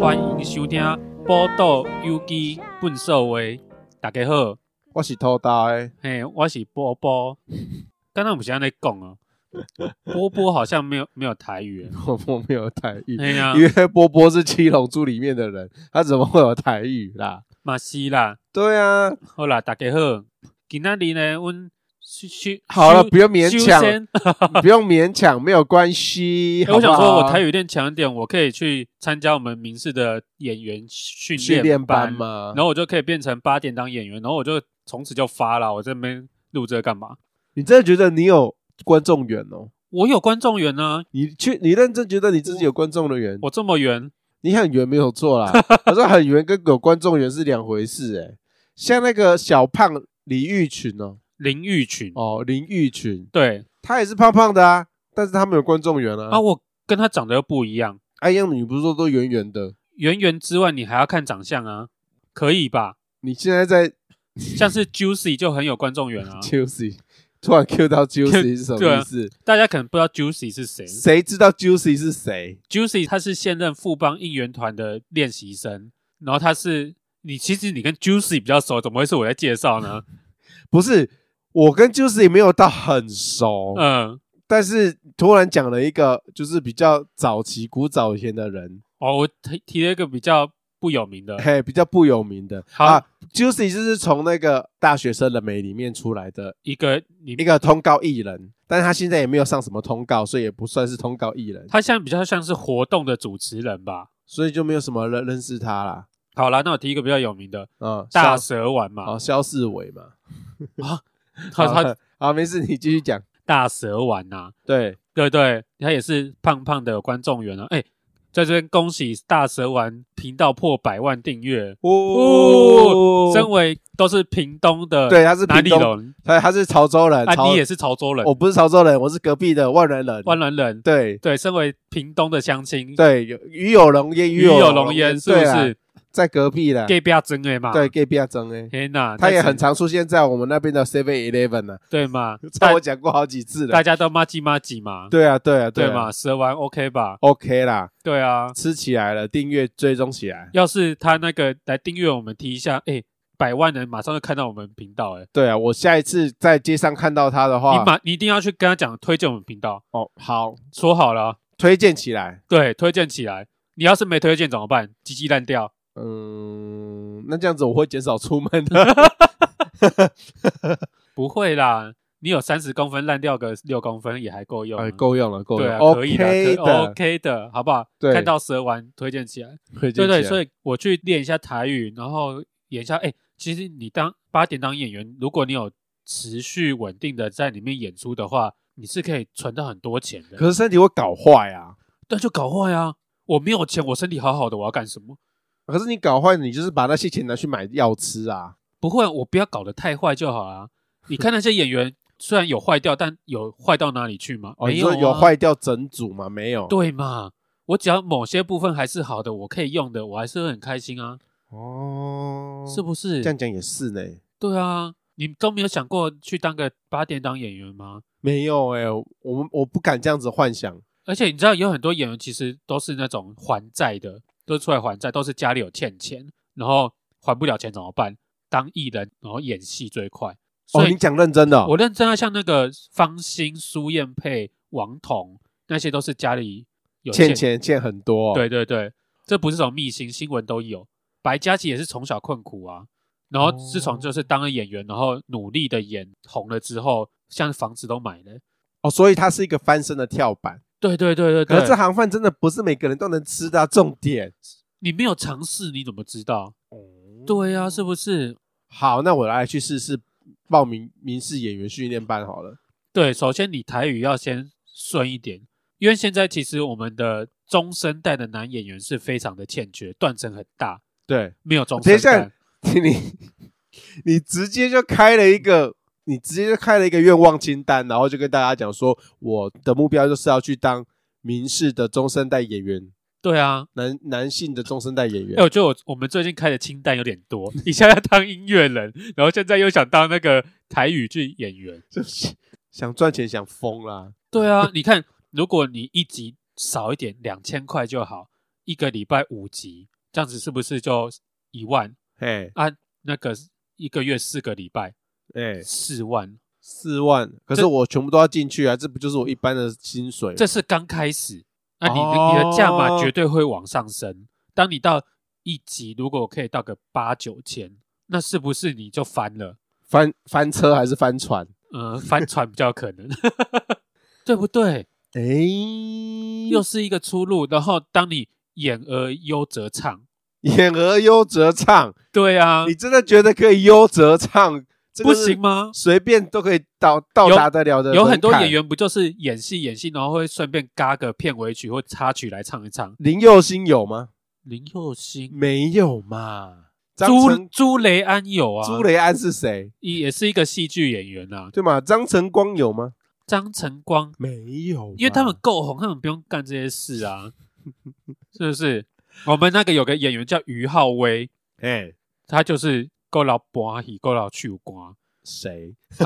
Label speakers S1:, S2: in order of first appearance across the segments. S1: 欢迎收听《报道有机本社会》，大家好，
S2: 我是偷大诶，
S1: 嘿，我是波波。刚刚我们现在在讲哦， 波波好像没有没有台语耶，
S2: 我我没有台语，
S1: 哎呀
S2: 因，为波波是七龙珠里面的人，他怎么会有台语啦？
S1: 嘛是啦，
S2: 对啊，
S1: 好啦，大家好，今仔日呢，阮休休
S2: 好了，
S1: 休
S2: 不用勉
S1: 休
S2: 强，
S1: 先
S2: 不用勉强，没有关系。
S1: 哎我想
S2: 好不好
S1: 说，我台语练强一点，我可以去参加我们民事的演员训
S2: 训练班
S1: 班，
S2: 嘛
S1: 然，后我就可以变成八点档演员，然后我就从此就发了。我这边录这个干嘛？
S2: 你真的觉得你有观众缘哦？
S1: 我有观众缘啊呢，
S2: 你去，你认真觉得你自己有观众的缘？
S1: 我这么圆，
S2: 你很圆没有 错啦，我说很圆跟有观众缘是两回事诶、像那个小胖李玉群哦，
S1: 林玉群，
S2: 哦林玉群，
S1: 对
S2: 他也是胖胖的啊，但是他没有观众缘
S1: 啊，我跟他长得又不一样，
S2: 哎呀，你不是说都圆圆的？
S1: 圆圆之外，你还要看长相啊，可以吧？
S2: 你现在在
S1: 像是 Juicy 就很有观众缘啊，
S2: Juicy，、突然 Q 到 Juicy 是什
S1: 对
S2: 么
S1: 啊
S2: 意思？
S1: 大家可能不知道 Juicy 是谁
S2: 谁知道 Juicy 是谁？
S1: ，Juicy 他是现任富邦应援团的练习生，然后他是你，其实你跟 Juicy 比较熟，怎么会是我在介绍呢？
S2: 不是，我跟 Juicy 没有到很熟，
S1: 嗯，
S2: 但是突然讲了一个就是比较早期、古早以前的人，
S1: 哦，我提提了一个比较不有名的，
S2: 嘿，比较不有名的。
S1: 嗯好
S2: 啊、，Juicy 就是从那个大学生的美里面出来的
S1: 一个你
S2: 一个通告艺人，但是他现在也没有上什么通告，所以也不算是通告艺人，
S1: 他现在比较像是活动的主持人吧。
S2: 所以就没有什么人认识他啦。
S1: 好啦，那我提一个比较有名的
S2: 嗯，
S1: 大
S2: 萧
S1: 蛇丸嘛
S2: 哦，，萧世伟嘛，啊
S1: 他他
S2: 好，没事，你继续讲。
S1: 大蛇丸呐、
S2: 对，
S1: 对对，他也是胖胖的有观众缘啊。哎，在这边恭喜大蛇丸频道破百万订阅。哦，身为都是屏东的，
S2: 对，，啊他是
S1: 哪
S2: 屏
S1: 里
S2: 东，
S1: 人？
S2: 他他是潮州人，
S1: 啊，
S2: 潮哦
S1: 你也是潮州人，
S2: 我不是潮州人，我是隔壁的万人人。
S1: 万峦人。
S2: 对
S1: 对，身为屏东的乡亲，
S2: 对，有鱼有龙烟，
S1: 鱼
S2: 有
S1: 有龙
S2: 烟，
S1: 颜，是不
S2: 对啊
S1: 是？
S2: 在隔壁的，
S1: gay 不要真哎嘛，
S2: 对，隔壁啊，真哎，
S1: 天呐，
S2: 他也
S1: 但是
S2: 很常出现在我们那边的 Seven Eleven 呢，
S1: 对嘛，
S2: 这
S1: 大
S2: 我讲过好几次
S1: 大
S2: 了。
S1: 家都骂鸡骂鸡嘛，
S2: 对啊，对啊，
S1: 对
S2: 啊
S1: 嘛，蛇丸 OK 吧？
S2: ？OK 啦，
S1: 对啊，
S2: 吃起来了，订阅追踪起来。
S1: 要是他那个来订阅我们提一下，哎，百万人马上就看到我们频道，哎，
S2: 对啊，我下一次在街上看到他的
S1: 你
S2: 话，
S1: 马你一定要去跟他讲推荐我们频道，
S2: 哦，好，
S1: 说好了啊，
S2: 推荐起来。
S1: 对，推荐起来。你要是没推荐怎么办？鸡鸡烂掉，
S2: 嗯，那这样子我会减少出门的。
S1: 不会啦，你有三十公分烂掉个六公分也还够用啊，
S2: 哎，够用了，够用
S1: 对
S2: 了
S1: 啊，可以
S2: ，OK
S1: 的哦可
S2: 的，
S1: ，OK 的，好不好？
S2: 对
S1: 看到蛇丸推荐起来。
S2: 推
S1: 对
S2: 荐
S1: 对，
S2: 起来
S1: 所以我去练一下台语，然后演一下。哎，其实你当八点档演员，如果你有持续稳定的在里面演出的话，你是可以存到很多钱的。
S2: 可是身体会搞坏啊。
S1: 对，就搞坏啊！我没有钱，我身体好好的，我要干什么？
S2: 可是你搞坏，你就是把那些钱拿去买药吃啊。
S1: 不会，我不要搞得太坏就好啊。你看那些演员，虽然有坏掉，但有坏到哪里去吗？
S2: 哦，
S1: 没
S2: 你说
S1: 啊
S2: 有坏掉整组吗？没有。
S1: 对嘛？我只要某些部分还是好的，我可以用的，我还是会很开心啊，
S2: 哦，
S1: 是不是？
S2: 这样讲也是呢。
S1: 对啊，你都没有想过去当个八点档演员吗？
S2: 没有哎，我们我不敢这样子幻想。哦
S1: 而且你知道有很多演员其实都是那种还债的，都是出来还债，都是家里有欠钱，然后还不了钱怎么办？当艺人，然后演戏最快。
S2: 哦，
S1: 所
S2: 你
S1: 以
S2: 讲认真的哦。
S1: 我认真啊，像那个方兴、苏燕佩、王彤，那些都是家里有
S2: 欠
S1: 欠。
S2: 钱欠很多哦。
S1: 对对对，这不是什么秘辛，新闻都有。白嘉琪也是从小困苦啊，然后自
S2: 哦
S1: 从就是当了演员，然后努力的演红了之后，像房子都买了。
S2: 哦，所以它是一个翻身的跳板。
S1: 对对对对对，
S2: 可是这行饭真的不是每个人都能吃的啊，重点。
S1: 你没有尝试，你怎么知道？对呀、是不是？
S2: 好，那我来去试试报名民事演员训练班好了。
S1: 对，首先你台语要先顺一点，因为现在其实我们的中生代的男演员是非常的欠缺，断层很大，
S2: 对，
S1: 没有中
S2: 等一
S1: 生
S2: 下
S1: 代。
S2: 你你直接就开了一个，你直接就开了一个愿望清单，然后就跟大家讲说，我的目标就是要去当民事的中生代演员，
S1: 对啊，
S2: 男男性的中生代演员。
S1: 哎、我觉得我我们最近开的清单有点多，一下要当音乐人，然后现在又想当那个台语剧演员。
S2: 就是想赚钱想疯啦，
S1: 对啊，你看，如果你一集少一点，两千块就好，一个礼拜五集，这样子是不是就一万
S2: 嘿，
S1: 啊？那个一个月四个礼拜，
S2: 哎，
S1: 四万，
S2: 四万，可是
S1: 这
S2: 我全部都要进去啊，这不就是我一般的薪水吗？
S1: 这是刚开始。那你的、
S2: 哦
S1: 你的价码绝对会往上升。当你到一集，如果可以到个八九千，那是不是你就翻了？
S2: 翻翻车还是翻船？
S1: 呃，翻船比较有可能， 对不对？
S2: 哎，
S1: 又是一个出路。然后当你演而优则唱，
S2: 演而优则唱，
S1: 对啊，
S2: 你真的觉得可以优则唱？这
S1: 不
S2: 个是
S1: 行吗？
S2: 随便都可以到到达得了的
S1: 有很多
S2: 门槛
S1: 演，员不就是演戏演戏，然后会顺便嘎个片尾曲或插曲来唱一唱。
S2: 林佑星有吗？
S1: 林佑星、
S2: 没有嘛。张
S1: 朱
S2: 成
S1: 朱雷安有啊，
S2: 朱雷安是谁？
S1: 也是一个戏剧演员啊。
S2: 对吗？张晨光有吗？
S1: 张晨光，
S2: 没有，
S1: 因为他们够红，他们不用干这些事啊，是不是？我们那个有个演员叫于浩威，
S2: 哎
S1: 他就是够老博喜，够老去瓜，
S2: 谁？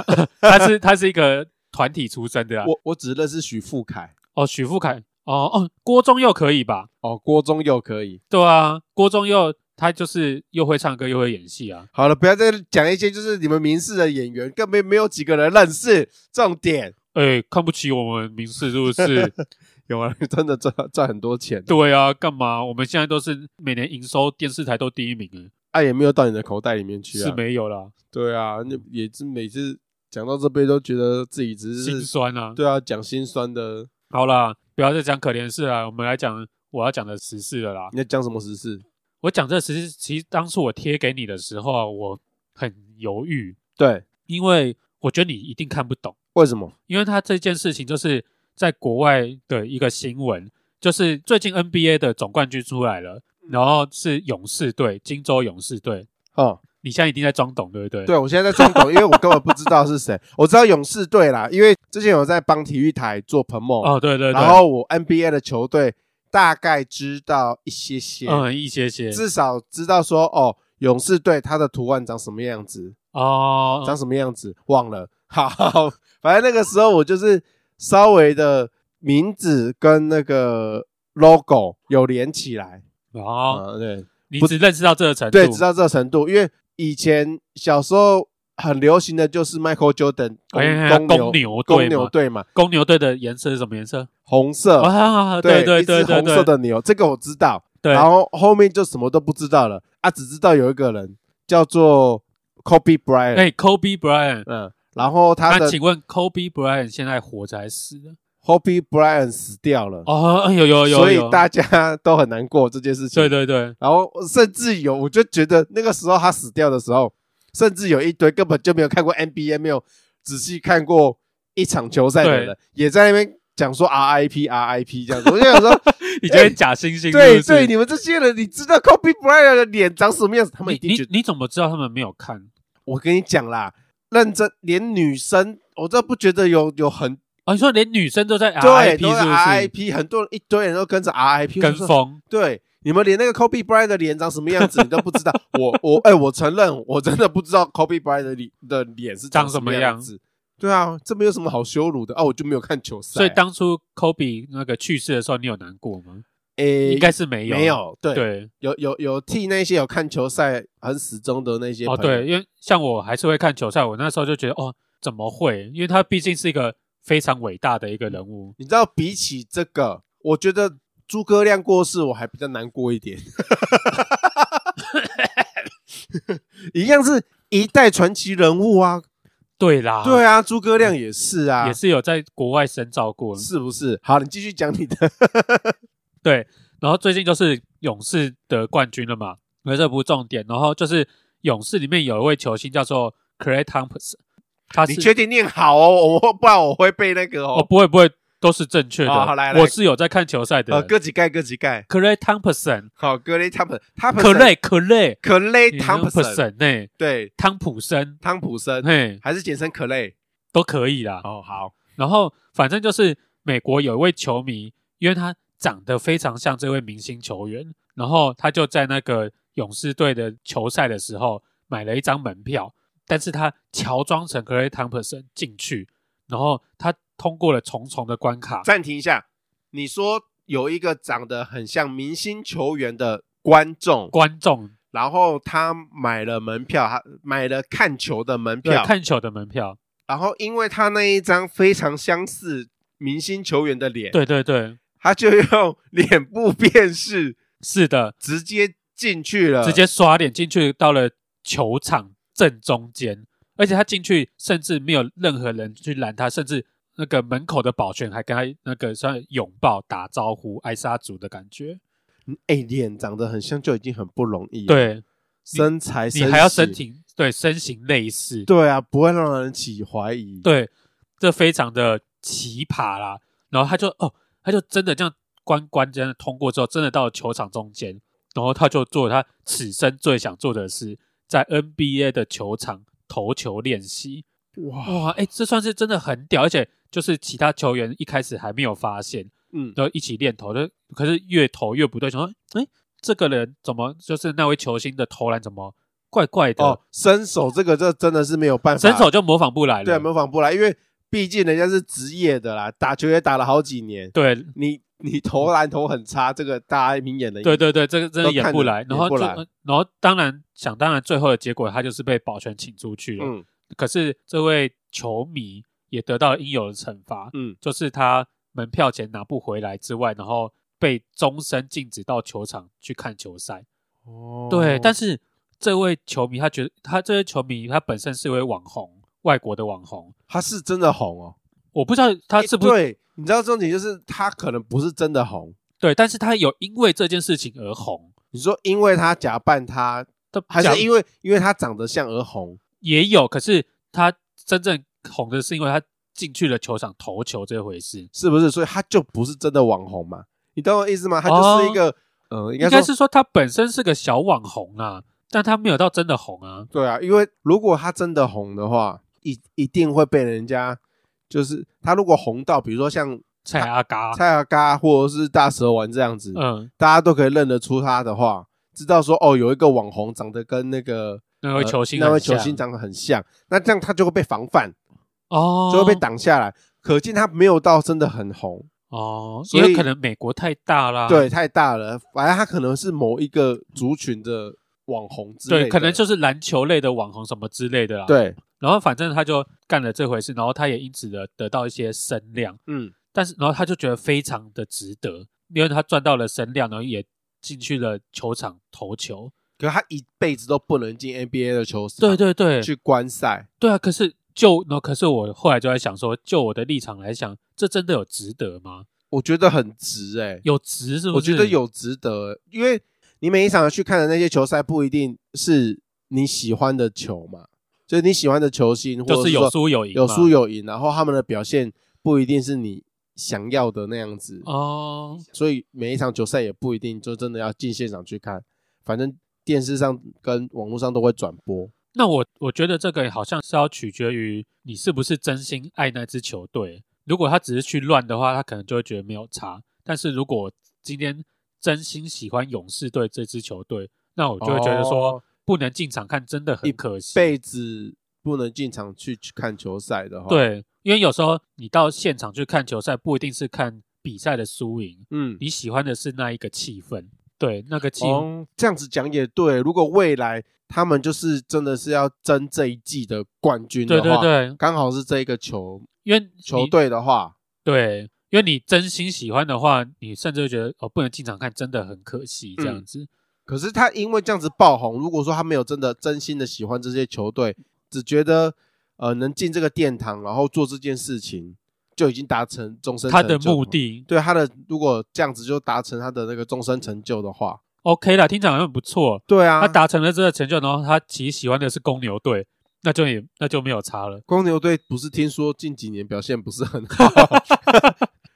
S1: 他是他是一个团体出身的啊。
S2: 我我只认识许富凯
S1: 哦，许富凯，哦哦，郭忠佑可以吧？
S2: 哦，郭宗佑可以。
S1: 对啊，郭忠佑他就是又会唱歌又会演戏啊。
S2: 好了，不要再讲一些就是你们民视的演员，根本没有几个人认识。重点
S1: 哎，看不起我们民事是不是？
S2: 有啊， 真的赚赚很多钱，
S1: 对啊，干嘛？我们现在都是每年营收电视台都第一名了，
S2: 啊也没有到你的口袋里面去啊。
S1: 是没有啦，
S2: 对啊，那也是每次讲到这边都觉得自己只
S1: 心
S2: 是
S1: 酸啊。
S2: 对啊，讲心酸的。
S1: 好啦，不要再讲可怜的事啦，我们来讲我要讲的实事了啦。
S2: 你在讲什么时事？
S1: 我讲这实事，其实当初我贴给你的时候啊，我很犹豫，
S2: 对，
S1: 因为我觉得你一定看不懂，
S2: 为什么？
S1: 因为它这件事情就是在国外的一个新闻，就是最近 NBA 的总冠军出来了，
S2: 嗯
S1: 然后是勇士队，金州勇士队。
S2: 哦，
S1: 你现在一定在装懂，对不对？
S2: 对我现在在装懂，因为我根本不知道是谁。我知道勇士队啦，因为之前有在帮体育台做彭梦，
S1: 哦，对对对。
S2: 然后我 NBA 的球队大概知道一些些，
S1: 嗯，一些些
S2: 至少知道说哦，勇士队它的图案长什么样子，
S1: 哦
S2: 长，什么样子忘了。好，反正那个时候我就是稍微的名字跟那个 logo 有连起来
S1: 哦，
S2: 啊，对。
S1: 你
S2: 不
S1: 只认识到这个程度，
S2: 对，直到这个程度，因为以前小时候很流行的就是 Michael Jordan 公
S1: 哎
S2: 公牛
S1: 牛
S2: 公
S1: 队
S2: 牛
S1: 嘛，
S2: 队嘛，
S1: 公牛队的颜色是什么颜色？
S2: 红色，
S1: 啊，对对
S2: 呃一只
S1: 对对
S2: 红色
S1: 对，
S2: 的牛，这个我知道。
S1: 对，
S2: 然后后面就什么都不知道了啊，只知道有一个人叫做 Kobe Bryant，
S1: 哎，Kobe Bryant，
S2: 嗯，然后他
S1: 那
S2: 的
S1: 请问 Kobe Bryant 现在活着还是死了？
S2: Kobe Bryant 死掉了，
S1: 哦，哎有有有，
S2: 所以
S1: 有
S2: 大家都很难过这件事情。
S1: 对对 对，
S2: 然后甚至有，我就觉得那个时候他死掉的时候，甚至有一堆根本就没有看过 NBA，没有仔细看过一场球赛的人，也在那边讲说 RIP RIP 这样子。我就想说，
S1: 你觉得假惺惺是
S2: 对
S1: 不
S2: 对，
S1: 是？
S2: 你们这些人，你知道 Kobe Bryant 的脸长什么样子？他们一定
S1: 你
S2: 觉得，
S1: 你怎么知道他们没有看？
S2: 我跟你讲啦，认真，连女生我都不觉得有有很
S1: 啊，你说连女生都在
S2: 对
S1: RIP
S2: 都是
S1: 是
S2: RIP，很多人一堆人都跟着 RIP
S1: 不是？跟
S2: 我就说
S1: 风
S2: 对，你们连那个 Kobe Bryant 的脸长什么样子你都不 知道。我我哎、我承认，我真的不知道 Kobe Bryant 的脸的脸是
S1: 长
S2: 什
S1: 什么
S2: 样
S1: 样
S2: 子。对啊，这没有什么好羞辱的哦、我就没有看球赛啊。
S1: 所以当初 Kobe 那个去世的时候，你有难过吗？
S2: 诶、
S1: 应该是没有，
S2: 没有对，
S1: 对
S2: 有有有替那些有看球赛很始终的那些
S1: 哦
S2: 朋友
S1: 对，因为像我还是会看球赛，我那时候就觉得哦，怎么会？因为他毕竟是一个非常伟大的一个人物，
S2: 你知道，比起这个，我觉得诸葛亮过世，我还比较难过 一点。 一样是一代传奇人物啊，
S1: 对啦，
S2: 对啊，诸葛亮也是啊，
S1: 也是有在国外深造过。
S2: 是不是？好，你继续讲 你的。
S1: 对，然后最近就是勇士的冠军了嘛，而这不是重点。然后就是勇士里面有一位球星叫做 Clay Thompson，他
S2: 你
S1: 啊是
S2: 确定念好哦？我不然我会被那个
S1: 哦
S2: 哦。
S1: 不会不会都是正确的，
S2: 哦好来来
S1: 我是有在看球赛的
S2: 呃，
S1: 人。
S2: 哥几盖，哥几盖。
S1: Clay Thompson，
S2: 好，格雷汤普，汤普
S1: 克雷克雷
S2: 可雷汤普森，
S1: Thompson 呢，
S2: 对，
S1: 汤普森
S2: 汤普森，
S1: 嘿
S2: 还是简称可雷。
S1: 都可以啦。
S2: 哦，好，
S1: 然后反正就是美国有一位球迷，因为他长得非常像这位明星球员，然后他就在那个勇士队的球赛的时候买了一张门票，但是他乔装成 Clay Thompson 进去，然后他通过了重重的关卡，
S2: 暂停一下。你说有一个长得很像明星球员的观众，
S1: 观众
S2: 然后他买了门票，他买了看球的门
S1: 对
S2: 票，
S1: 看球的门票，
S2: 然后因为他那一张非常相似明星球员的脸，
S1: 对对对，
S2: 他就用脸部辨识
S1: 是的，
S2: 直接进去了，
S1: 直接刷脸进去到了球场正中间，而且他进去甚至没有任何人去拦他，甚至那个门口的保全还跟他那个算拥抱打招呼，艾莎族的感觉。
S2: 哎、脸长得很像就已经很不容易，，
S1: 对
S2: 身材
S1: 你还要身
S2: 形，
S1: 体对身形类似，
S2: 对啊，不会让人起怀疑，
S1: 对，这非常的奇葩啦。然后他就哦，他就真的这样关关这样通过之后，真的到了球场中间，然后他就做他此生最想做的事，在 NBA 的球场投球练习。
S2: 哇，
S1: 哇，哎，这算是真的很屌，而且就是其他球员一开始还没有发现，
S2: 嗯，
S1: 然后一起练投，就可是越投越不对，想说，哎，这个人怎么就是那位球星的投篮怎么怪怪的，
S2: 哦，伸手这个这真的是没有办法，
S1: 伸手就模仿不来了。
S2: 对模仿不来，因为毕竟人家是职业的啦，打球也打了好几年，
S1: 对
S2: 你你投篮投很差，这个大家明眼的，
S1: 对对对，这个真的
S2: 都看
S1: 演不
S2: 着
S1: 来。然
S2: 演
S1: 后
S2: 不
S1: 就
S2: 来
S1: 呃然后当然想当然，最后的结果他就是被保全请出去了。
S2: 嗯
S1: 可是这位球迷也得到了应有的惩罚，
S2: 嗯，
S1: 就是他门票钱拿不回来之外，然后被终身禁止到球场去看球赛。
S2: 哦
S1: 对，但是这位球迷他觉得他这位球迷他本身是位网红，外国的网红，
S2: 他是真的红哦，
S1: 我不知道他是不是
S2: 对，你知道重点就是他可能不是真的红，
S1: 对，但是他有因为这件事情而红。
S2: 你说因为他假扮他，
S1: 他
S2: 还
S1: 讲
S2: 是因为因为他长得像而红？
S1: 也有，可是他真正红的是因为他进去了球场投球这回事，
S2: 是不是？所以他就不是真的网红嘛？你懂我意思吗？他就是一个，
S1: 哦
S2: 呃，应
S1: 应
S2: 该
S1: 该
S2: 说
S1: 是说他本身是个小网红啊，但他没有到真的红啊。
S2: 对啊，因为如果他真的红的话，一一定会被人家，就是他如果红到，比如说像
S1: 蔡阿嘎，
S2: 蔡阿嘎或者是大蛇丸这样子，
S1: 嗯，
S2: 大家都可以认得出他的话，知道说哦，有一个网红长得跟那个
S1: 那位
S2: 呃
S1: 球星很像，
S2: 那位球星长得很像，那这样他就会被防范，
S1: 哦，
S2: 就会被挡下来。可见他没有到真的很红，
S1: 哦，
S2: 所
S1: 也
S2: 以
S1: 有可能美国太大啦，
S2: 对，太大了。反正他可能是某一个族群的网红之类的，
S1: 对，可能就是篮球类的网红什么之类的啦。，
S2: 对，
S1: 然后反正他就干了这回事，然后他也因此的得到一些声量，
S2: 嗯，
S1: 但是然后他就觉得非常的值得，因为他赚到了声量，然后也进去了球场投球。
S2: 可他一辈子都不能进 NBA 的球场，
S1: 对对对，
S2: 去观赛，
S1: 对啊，可是就那可是我后来就在想说，就我的立场来想，这真的有值得吗？
S2: 我觉得很值哎、
S1: 有值是不
S2: 我
S1: 是？
S2: 觉得有值得，因为你每一场去看的那些球赛不一定是你喜欢的球嘛，就是你喜欢的球星，或者
S1: 就是有
S2: 说
S1: 输有赢嘛，
S2: 有输有赢，然后他们的表现不一定是你想要的那样子，
S1: 哦，
S2: 所以每一场球赛也不一定就真的要进现场去看，反正电视上跟网络上都会转播。
S1: 那我我觉得这个好像是要取决于你是不是真心爱那支球队。如果他只是去乱的话，他可能就会觉得没有差。但是如果今天真心喜欢勇士队这支球队，那我就会觉得说
S2: 哦
S1: 不能进场看真的很可惜。
S2: 辈子不能进场去去看球赛的话，，
S1: 对，因为有时候你到现场去看球赛，不一定是看比赛的输赢，
S2: 嗯，
S1: 你喜欢的是那一个气氛，对，那个气氛，
S2: 哦，这样子讲也对。如果未来他们就是真的是要争这一季的冠军的
S1: 对
S2: 话，
S1: 对对，
S2: 刚好是这一个球
S1: 因为你
S2: 球队的话，
S1: 对，因为你真心喜欢的话，你甚至会觉得哦，不能进场看，真的很可惜，这样
S2: 嗯
S1: 子，
S2: 可是他因为这样子爆红，如果说他没有真的真心的喜欢这些球队，只觉得呃能进这个殿堂，然后做这件事情，就已经达成终身
S1: 他的
S2: 成就
S1: 目
S2: 了。
S1: 的
S2: 对他的，如果这样子就达成他的那个终身成就的话，
S1: OK 啦，听起来好像很不错，
S2: 对啊，
S1: 他达成了这个成就，然后他其实喜欢的是公牛队，那就也那就没有差了，
S2: 公牛队不是听说近几年表现不是很 好，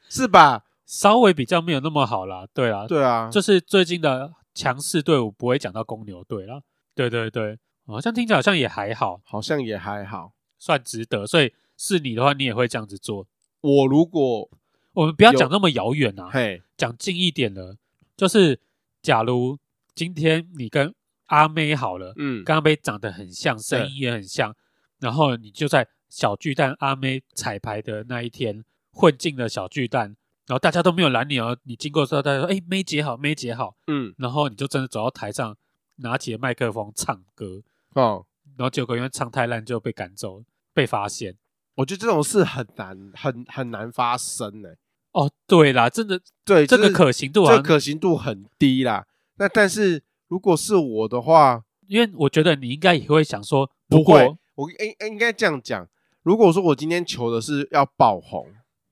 S2: 是吧？
S1: 稍微比较没有那么好啦，对啦，
S2: 对啊，
S1: 就是最近的强势队伍不会讲到公牛队啦，对对对，好像听起来好像也还好，
S2: 好像也还好。
S1: 算值得，所以是你的话，你也会这样子做。
S2: 我如果
S1: 我们不要
S2: 有
S1: 讲那么遥远啊，
S2: 嘿，
S1: 讲近一点的，就是假如今天你跟阿妹好了，
S2: 嗯，
S1: 跟阿妹长得很像，声音也很像，然后你就在小巨蛋阿妹彩排的那一天混进了小巨蛋，然后大家都没有拦你哦，你经过之后大家说：“哎，梅姐好，梅姐好。
S2: 嗯”，
S1: 然后你就真的走到台上，拿起麦克风唱歌，
S2: 哦，
S1: 然后结果因为唱太烂就被赶走，被发现。
S2: 我觉得这种事很难，很很难发生呢、
S1: 哦，对啦，真的
S2: 对，
S1: 这
S2: 就
S1: 个
S2: 是
S1: 可行度
S2: 这
S1: 啊
S2: 个，可行度很低啦。那但是如果是我的话，
S1: 因为我觉得你应该也会想说，
S2: 不
S1: 如
S2: 会
S1: 果，
S2: 我应应该这样讲。如果说我今天求的是要爆红，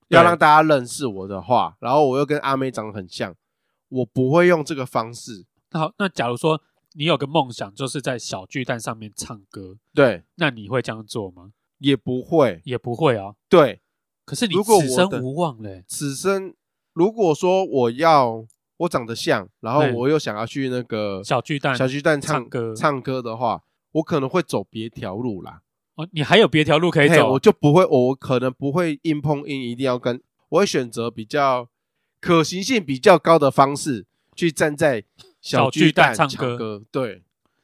S2: 要让大家认识我的话，然后我又跟阿妹长得很像，我不会用这个方式。
S1: 那好，那假如说你有个梦想，就是在小巨蛋上面唱歌，
S2: 对，
S1: 那你会这样做吗？
S2: 也不会。
S1: 也不会啊。
S2: 对，
S1: 可是你
S2: 如果
S1: 此
S2: 我
S1: 生
S2: 的
S1: 无望嘞、
S2: 此生如果说我要我长得像，然后
S1: 对
S2: 我又想要去那个
S1: 小巨蛋，
S2: 小巨蛋
S1: 唱歌
S2: 唱歌的话，我可能会走别条路啦。
S1: 哦，你还有别条路可以
S2: 嘿
S1: 走啊
S2: 我就不会，我可能不会硬碰硬，一定要跟，我会选择比较可行性比较高的方式去站在小
S1: 小
S2: 巨
S1: 巨
S2: 蛋
S1: 蛋
S2: 唱
S1: 唱歌
S2: 对，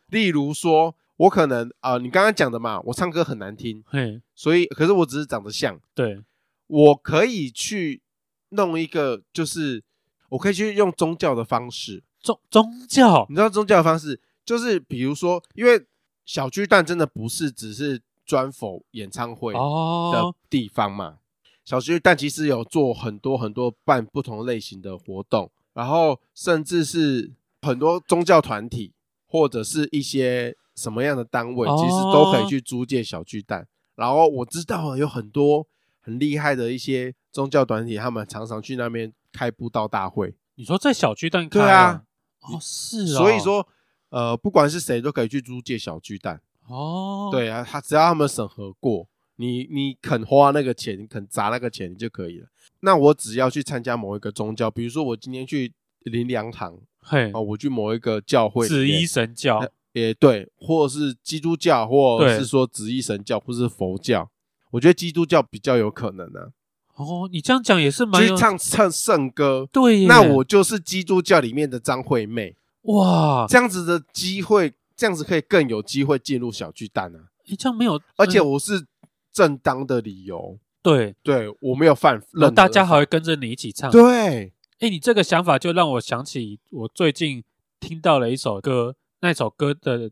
S2: 例如说，我可能啊、呃你刚刚讲的嘛，我唱歌很难听，
S1: 嘿，
S2: 所以可是我只是长得像，
S1: 对，
S2: 我可以去弄一个，就是我可以去用宗教的方式，
S1: 宗宗教
S2: 你知道宗教的方式，就是比如说，因为小巨蛋真的不是只是专否演唱会的
S1: 哦，
S2: 地方嘛。小巨蛋其实有做很多很多办不同类型的活动，然后甚至是很多宗教团体或者是一些什么样的单位，
S1: 哦
S2: 其实都可以去租借小巨蛋。然后我知道有很多很厉害的一些宗教团体，他们常常去那边开布道大会。
S1: 你说在小巨蛋开
S2: 对啊，
S1: 哦是哦，
S2: 所以说，呃，不管是谁都可以去租借小巨蛋。
S1: 哦，
S2: 对啊，他只要他们审核过，你你肯花那个钱，你肯砸那个钱就可以了。那我只要去参加某一个宗教，比如说我今天去林良堂
S1: 嘿
S2: 哦，，我去某一个教会里
S1: 紫
S2: 面，
S1: 衣神教
S2: 呃也对，或者是基督教，或者
S1: 对
S2: 是说紫衣神教，或是佛教。我觉得基督教比较有可能呢、
S1: 哦，你这样讲也是
S2: 啊，
S1: 蛮
S2: 去
S1: 有
S2: 唱唱圣歌。
S1: 对耶，
S2: 那我就是基督教里面的张惠妹，
S1: 哇，
S2: 这样子的机会，这样子可以更有机会进入小巨蛋啊！
S1: 你这样没有，
S2: 而且
S1: 嗯
S2: 我是正当的理由，
S1: 对，
S2: 对我没有犯
S1: 然后
S2: 任
S1: 哦大家还
S2: 好
S1: 会跟着你一起唱，
S2: 对，
S1: 哎，你这个想法就让我想起我最近听到了一首歌，那首歌的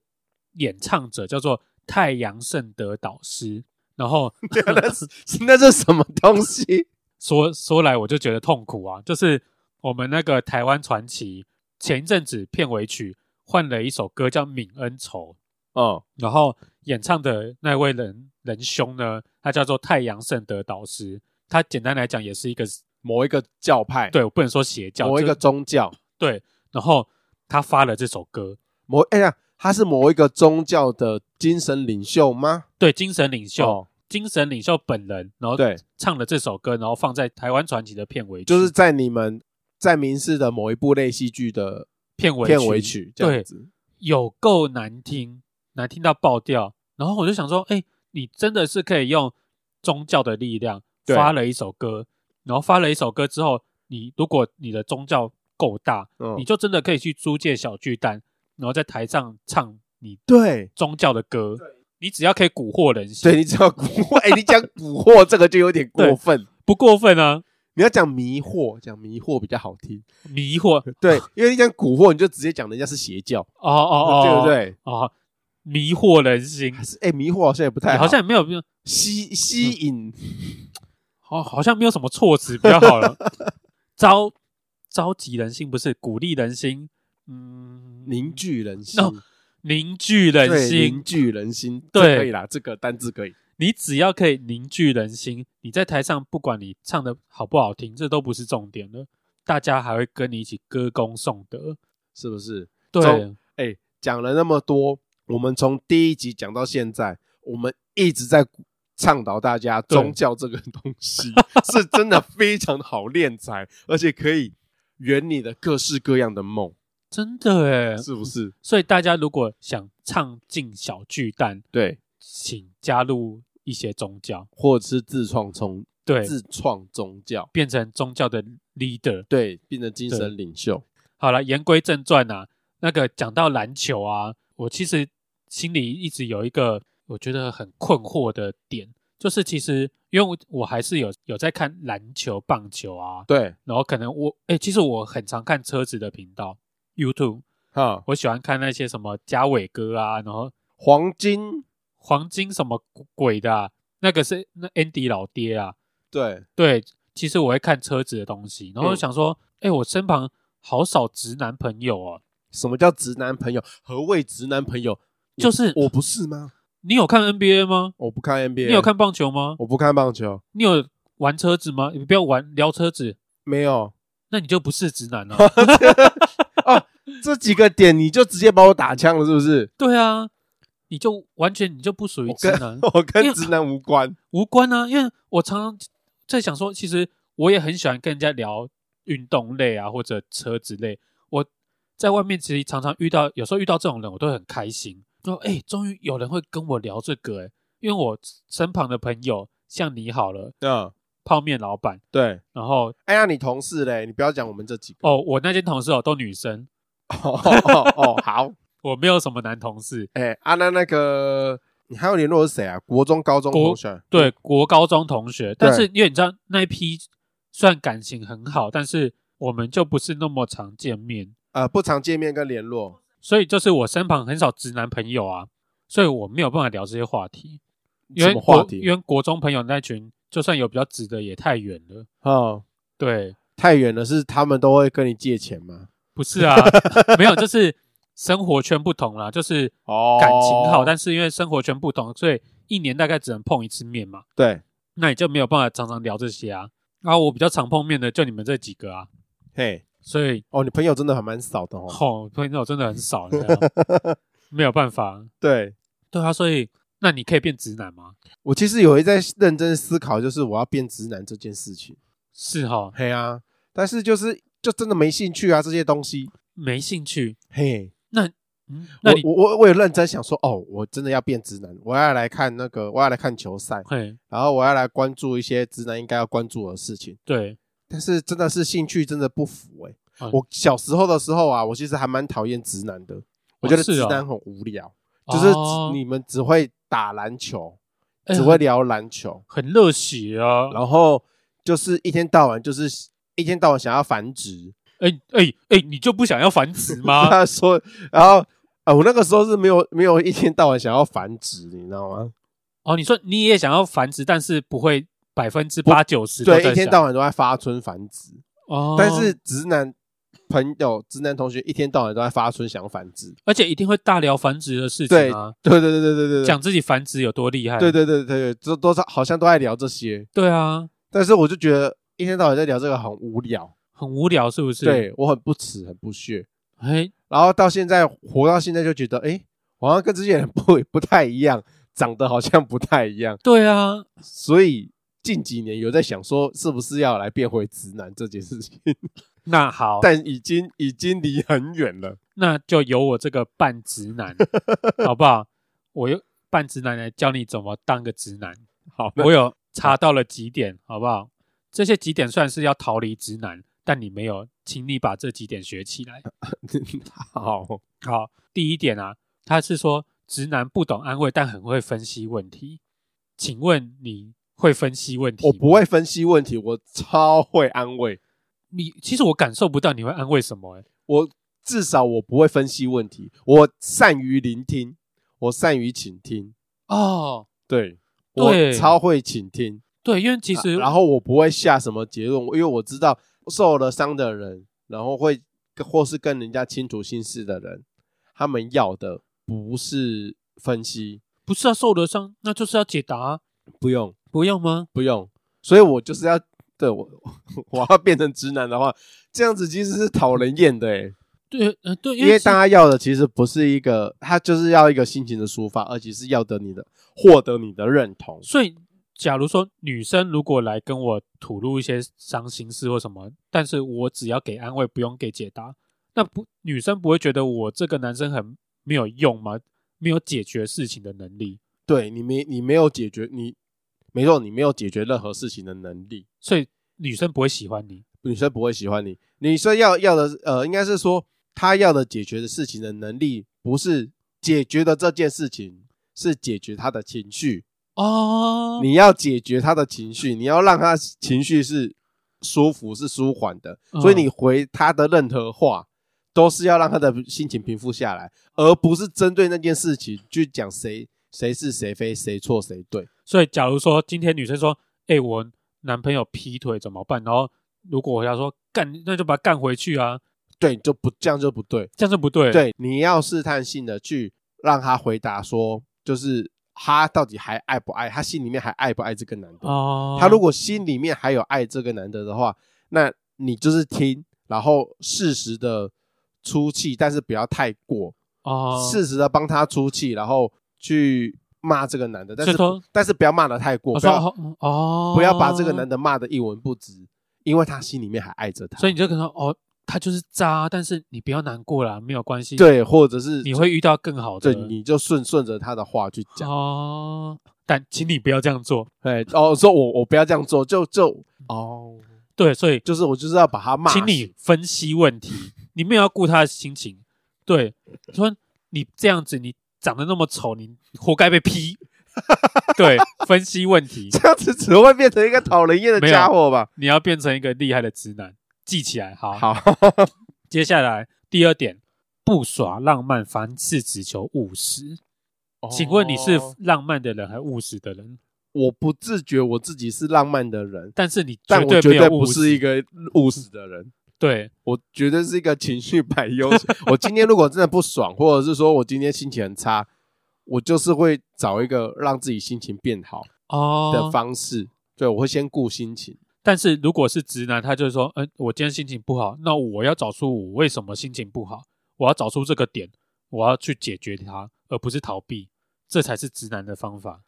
S1: 演唱者叫做太阳圣德导师，然 后
S2: 那是那是什么东西？
S1: 说说来我就觉得痛苦啊，就是我们那个台湾传奇前一阵子片尾曲换了一首歌叫《泯恩仇》，
S2: 哦，
S1: 然后演唱的那位人仁兄呢，他叫做太阳圣德导师，他简单来讲也是一个
S2: 某一个教派，，
S1: 对我不能说邪教，
S2: 某一个
S1: 就
S2: 宗教，
S1: 对，然后他发了这首歌，
S2: 某哎呀，他是某一个宗教的精神领袖吗？
S1: 对精神领袖、
S2: 哦
S1: 精神领袖本人，然后
S2: 对，
S1: 唱了这首歌，然后放在台湾传奇的片尾曲，
S2: 就是在你们在民视的某一部类戏剧的
S1: 片尾
S2: 片尾曲这样
S1: 对，
S2: 子。
S1: 有够难听，难听到爆掉。然后我就想说，哎，你真的是可以用宗教的力量
S2: 对
S1: 发了一首歌，然后发了一首歌之后，你如果你的宗教够大，
S2: 嗯
S1: 你，就真的可以去租借小巨蛋，然后在台上唱你
S2: 对，
S1: 宗教的歌。你只要可以蛊惑人
S2: 所以
S1: 心，
S2: 你只要蛊惑，哎，你讲蛊惑这个就有点过
S1: 对
S2: 分。
S1: 不过分啊，
S2: 你要讲迷惑，讲迷惑比较好听。
S1: 迷惑
S2: 对，因为你讲蛊惑，你就直接讲人家是邪教，
S1: 哦哦哦，
S2: 对不对？
S1: 哦，迷惑人心
S2: 还，是哎、迷惑好像也不太
S1: 好像嗯也没有没有，
S2: 吸吸引，
S1: 好好像没有什么措辞比较好 了。召召集人心不是鼓励人心，嗯，
S2: 凝聚人心
S1: No，凝聚
S2: 对
S1: 人
S2: 凝
S1: 心。
S2: 聚人心，
S1: 对
S2: 这可以啦，这个单字可以。
S1: 你只要可以凝聚人心，你在台上不管你唱的好不好听，这都不是重点了，大家还会跟你一起歌功颂德。
S2: 是不是？
S1: 对
S2: 中，哎、讲了那么多，我们从第一集讲到现在，我们一直在倡导大家
S1: 对
S2: 宗教这个东 西是真的非常好练财，而且可以圆你的各式各样的梦，
S1: 真的哎。
S2: 是不是？
S1: 所以大家如果想唱进小巨蛋，
S2: 对，
S1: 请加入一些宗教，
S2: 或者是自创宗
S1: 对，
S2: 自创宗教，
S1: 变成宗教的 leader。
S2: 对，变成精
S1: 对
S2: 神领袖。
S1: 好了，言归正传啊，那个讲到篮球啊，我其实心里一直有一个我觉得很困惑的点，就是其实因为我我还是有有在看篮球、棒球啊，
S2: 对，
S1: 然后可能我哎、其实我很常看车子的频道 YouTube，
S2: 哈，
S1: 我喜欢看那些什么嘉伟哥啊，然后
S2: 黄金，
S1: 黄金什么鬼的啊、那个是那 Andy 老爹啊，
S2: 对，
S1: 对，其实我会看车子的东西，然后
S2: 嗯
S1: 我想说，哎、我身旁好少直男朋友哦。
S2: 什么叫直男朋友？何谓直男朋友？你
S1: 就是
S2: 我不是吗？
S1: 你有看 NBA 吗？
S2: 我不看 NBA，
S1: 你有？看棒球吗？
S2: 我不看棒球，
S1: 你有玩车子吗？你不要玩聊车子，
S2: 没有。
S1: 那你就不是直 男了、
S2: 啊，这几个点你就直接把我打枪了，是不 是？
S1: 对啊，你就完全你就不属于
S2: 我
S1: 直
S2: 跟
S1: 男，
S2: 我跟直男无关。
S1: 无关啊。因为我常常在想说，其实我也很喜欢跟人家聊运动类啊，或者车子类。我在外面其实常常遇到，有时候遇到这种人，我都会很开心，说：“哎、终于有人会跟我聊这个、哎，因为我身旁的朋友，像你好了，
S2: 嗯，
S1: 泡面老板，
S2: 对。
S1: 然后
S2: 哎呀，你同事嘞？你不要讲我们这几个。
S1: 哦，我那些同事哦都女生，
S2: 哦哦哦，好。
S1: 我没有什么男同事。
S2: 哎，啊，那那个你还有联络是谁啊？国中、高中
S1: 国
S2: 同学。
S1: 对，国高中同学，但是因为你知道那一批虽然感情很好，但是我们就不是那么常见面，
S2: 呃，不常见面跟联络。
S1: 所以就是我身旁很少直男朋友啊，所以我没有办法聊这些话题。因
S2: 什
S1: 为
S2: 么话
S1: 国
S2: 题？
S1: 因为国中朋友那群，就算有比较直的，也太远了。
S2: 哦，
S1: 对，
S2: 太远了，是他们都会跟你借钱吗？
S1: 不是 啊，没有，就是生活圈不同啦，就是
S2: 哦
S1: 感情好，但是因为生活圈不同，所以一年大概只能碰一次面嘛，
S2: 对，
S1: 那你就没有办法常常聊这些啊。然后我比较常碰面的就你们这几个啊，
S2: 嘿，
S1: 所以
S2: 哦，你朋友真的还蛮少的哦。
S1: 吼，朋友真的很少，你知道吗 没有办法。
S2: 对，
S1: 对啊，所以那你可以变直男吗？
S2: 我其实有一在认真思考，就是我要变直男这件事情。
S1: 是哈，
S2: 嘿啊，但是就是就真的没兴趣啊，这些东西。
S1: 没兴趣。
S2: 嘿，
S1: 嗯，那
S2: 我
S1: 你
S2: 我我我有认真想说，哦，我真的要变直男，我要来看那个，我要来看球赛，
S1: 嘿，
S2: 然后我要来关注一些直男应该要关注的事情。
S1: 对，
S2: 但是真的是兴趣真的不符哎、
S1: 嗯
S2: 我小时候的时候啊，我其实还蛮讨厌直男的，我觉得
S1: 是
S2: 直
S1: 哦
S2: 男很无聊，就是
S1: 哦
S2: 只你们只会打篮球，
S1: 哎
S2: 只会聊篮球，
S1: 很热血啊。
S2: 然后就是一天到晚就是一天到晚想要繁殖。
S1: 哎哎哎，你就不想要繁殖吗？
S2: 他说，然后啊，我那个时候是没有没有一天到晚想要繁殖，你知道吗？
S1: 哦，你说你也想要繁殖，但是不会百分之八九十
S2: 对，一天到
S1: 晚。
S2: 晚都在发春繁殖，
S1: 哦，
S2: 但是直男朋友、直男同学一天到晚都在发春想繁殖。
S1: 而且一定会大聊繁殖的事情啊，
S2: 对对对对对对对，
S1: 讲自己繁殖有多厉害。
S2: 对对对对对，都都是好像都爱聊这些，
S1: 对啊，
S2: 但是我就觉得一天到晚在聊这个很无聊，
S1: 很无聊是不是？，
S2: 对我很不耻，很不屑。
S1: 哎，
S2: 然后到现在活到现在就觉得，哎，我好像跟之前人不 不太一样，长得好像不太一样，
S1: 对啊，
S2: 所以近几年有在想说，是不是要来变回直男这件事情，
S1: 那好，
S2: 但已经已经离很远了。
S1: 那就由我这个半直 男，好不好？我用半直男来教你怎么当个直男。
S2: 好，那
S1: 我有查到了几点，好不好？这些几点算是要逃离直男，但你没有，请你把这几点学起来。
S2: 好，
S1: 好，第一点啊，他是说直男不懂安慰，但很会分析问题。请问你会分析问题？
S2: 我不。会分析问题，我超会安慰，
S1: 你其实我感受不到你会安慰什么、欸。
S2: 我至少我不会分析问题，我善于聆听，我善于倾听，
S1: 哦，
S2: 对
S1: 对
S2: 我超会倾听。
S1: 对，因为其实、
S2: 啊然后我不会下什么结论，因为我知道受了伤的人，然后会或是跟人家倾吐心事的人，他们要的不是分析，
S1: 不是要受了伤，那就是要解答啊、
S2: 不用
S1: 不用吗？
S2: 不用，所以我就是要对我我要变成直男的话，这样子其实是讨人厌的诶、
S1: 对，呃，对，
S2: 因为
S1: 其
S2: 大家要的其实不是一个，他就是要一个心情的抒发，而且是要得你的获得你的认同。
S1: 所以，呃假如说女生如果来跟我吐露一些伤心事或什么，但是我只要给安慰，不用给解答，那不女生不会觉得我这个男生很没有用吗？没有解决事情的能力，
S2: 对你没你没有解决你，没错，你没有解决任何事情的能力，
S1: 所以女生不会喜欢你。
S2: 女生不会喜欢你。女生要要的呃，应该是说她要的解决的事情的能力，不是解决的这件事情，是解决她的情绪。
S1: 哦，
S2: 你要解决他的情绪，你要让他情绪是舒服、是舒缓的，
S1: 嗯
S2: 所以你回他的任何话，都是要让他的心情平复下来，而不是针对那件事情去讲谁谁是谁非、谁错谁对。
S1: 所以假如说今天女生说，哎、我男朋友劈腿怎么办？然后如果我要说干，那就把他干回去啊，
S2: 对，就不这样就不对。
S1: 这样是不对。，
S2: 对，你要试探性的去让他回答说，就是他到底还爱不爱，他心里面还爱不爱这个男的。
S1: 哦，
S2: 他如果心里面还有爱这个男的的话，那你就是听，然后适时的出气，但是不要太过，
S1: 哦
S2: 适时的帮他出气，然后去骂这个男的，但
S1: 所以
S2: 是
S1: 说
S2: 但是不要骂的太过，
S1: 我
S2: 不
S1: 说
S2: 要
S1: 哦哦，
S2: 不要把这个男，的骂的一文不值，因为他心里面还爱着他，
S1: 所以你就可能说哦，他就是渣，但是你不要难过啦，没有关系。，
S2: 对，或者是
S1: 你会遇到更好的。
S2: 对，你就顺顺着他的话去讲。
S1: 哦，但请你不要这样做。
S2: 哎，哦，说我我不要这样做，就就哦，
S1: 对，所以
S2: 就是我就是要把他骂死。
S1: 请你分析问题，你没有要顾他的心情。对，说你这样子，你长得那么丑，你活该被批。对，分析问 题，
S2: 这样子，只会变成一个讨人厌的
S1: 没有
S2: 家伙吧？
S1: 你要变成一个厉害的直男，记起来。好，
S2: 好，
S1: 接下来第二点，不耍浪漫，凡事只求务实。 请问你是
S2: 哦
S1: 浪漫的人还是务实的人？
S2: 我不自觉我自己是浪漫的人，
S1: 但是你
S2: 但我
S1: 对
S2: 绝
S1: 没
S2: 对
S1: 有
S2: 不
S1: 务实。
S2: 是一个务实的人，
S1: 对，
S2: 我绝对是一个情绪百忧。我今天如果真的不爽，或者是说我今天心情很差，我就是会找一个让自己心情变好的
S1: 哦，
S2: 方式。对，我会先顾心情。
S1: 但是如果是直男，他就是说，嗯、我今天心情不好，那我要找出我为什么心情不好，我要找出这个点，我要去解决它，而不是逃避，这才是直男的方法。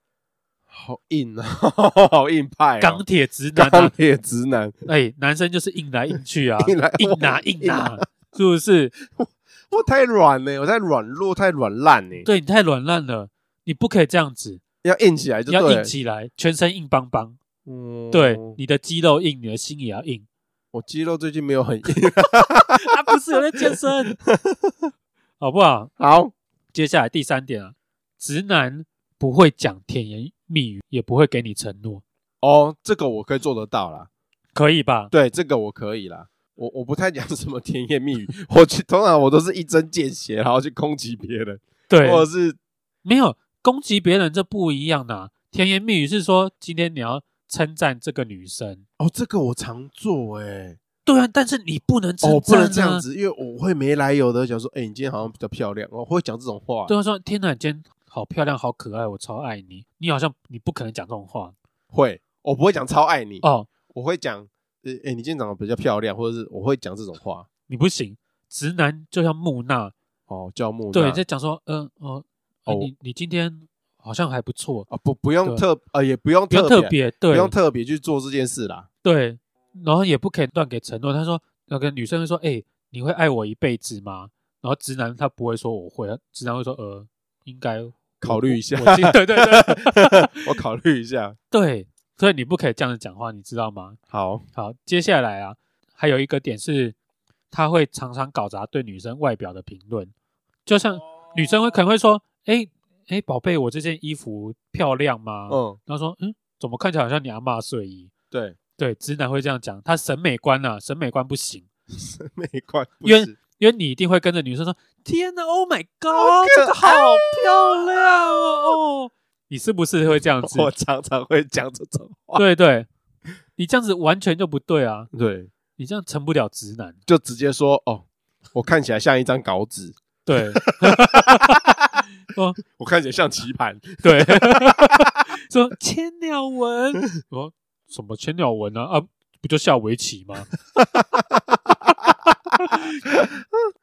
S2: 好硬啊， 好硬派、哦，
S1: 钢铁直男
S2: 钢
S1: 啊，
S2: 铁直男，
S1: 哎、男生就是硬来硬去啊
S2: ，硬来
S1: 硬拿硬拿，是不是？
S2: 我太软了，我太软弱，太软烂呢。
S1: 对你太软烂了，你不可以这样子，
S2: 要硬起来就
S1: 你
S2: 对
S1: 要
S2: 了。
S1: 硬起来，全身硬邦邦。
S2: 嗯
S1: 对，你的肌肉硬，你的心也要硬。
S2: 我肌肉最近没有很硬。
S1: 啊，不是有在健身，好不好？
S2: 好，
S1: 接下来第三点啊，直男不会讲甜言蜜语，也不会给你承诺，
S2: 哦，这个我可以做得到啦。
S1: 可以吧？
S2: 对，这个我可以啦。我我不太讲什么甜言蜜语， 我去通常我都是一针见血，然后去攻击别人，
S1: 对，
S2: 或者是
S1: 没有攻击别人，这不一样的啊、甜言蜜语是说今天你要称赞这个女生，
S2: 哦，这个我常做哎、
S1: 对啊，但是你不能称赞、啊
S2: 哦，不能这样。子，因为我会没来由的讲说，哎、你今天好像比较漂亮，哦我会讲这种话，
S1: 对，方啊说：“天哪，你今天好漂亮，好可爱，我超爱你。”你好像你不可能讲这种话
S2: 会，我不会讲超爱你，
S1: 哦，
S2: 我会讲，呃，哎、你今天长得比较漂亮，或者是我会讲这种话，
S1: 你不行。直男就像木讷，
S2: 哦，叫木
S1: 对，
S2: 讷
S1: 在讲说，嗯、哦，呃
S2: 哦
S1: 你你今天好像还不错，
S2: 啊，不不用
S1: 对
S2: 特呃，也不用
S1: 不用
S2: 特
S1: 特别，对，
S2: 不用特别去做这件事 啦。
S1: 对，然后也不可以乱给承诺。他说，那个女生会说，哎、你会爱我一辈子吗？然后直男他不会说我会，直男会说，呃，应该
S2: 考虑一下
S1: 我我记对对对
S2: 我考虑一下。
S1: 对，所以你不可以这样子讲话，你知道吗？
S2: 好，
S1: 好，接下来啊，还有一个点是，他会常常搞砸对女生外表的评论，就像女生会可能会说，哎、哎，宝贝，我这件衣服漂亮吗？
S2: 嗯，
S1: 然后说，嗯，怎么看起来好像你阿嬷睡衣？
S2: 对，
S1: 对，直男会这样讲，他审美观啊，审美观不行，
S2: 没关系，
S1: 因为因为你一定会跟着女生说：“天哪，Oh my God，这个好漂亮哦！”哦，你是不是会这样子？
S2: 我常常会讲这种话。
S1: 对对，你这样子完全就不对啊！
S2: 对，
S1: 你这样成不了直男。
S2: 就直接说哦，我看起来像一张稿纸，
S1: 对
S2: 我看起来像棋盘。
S1: 对，说千鸟文，我说什么千鸟文啊？啊，不就下围棋吗？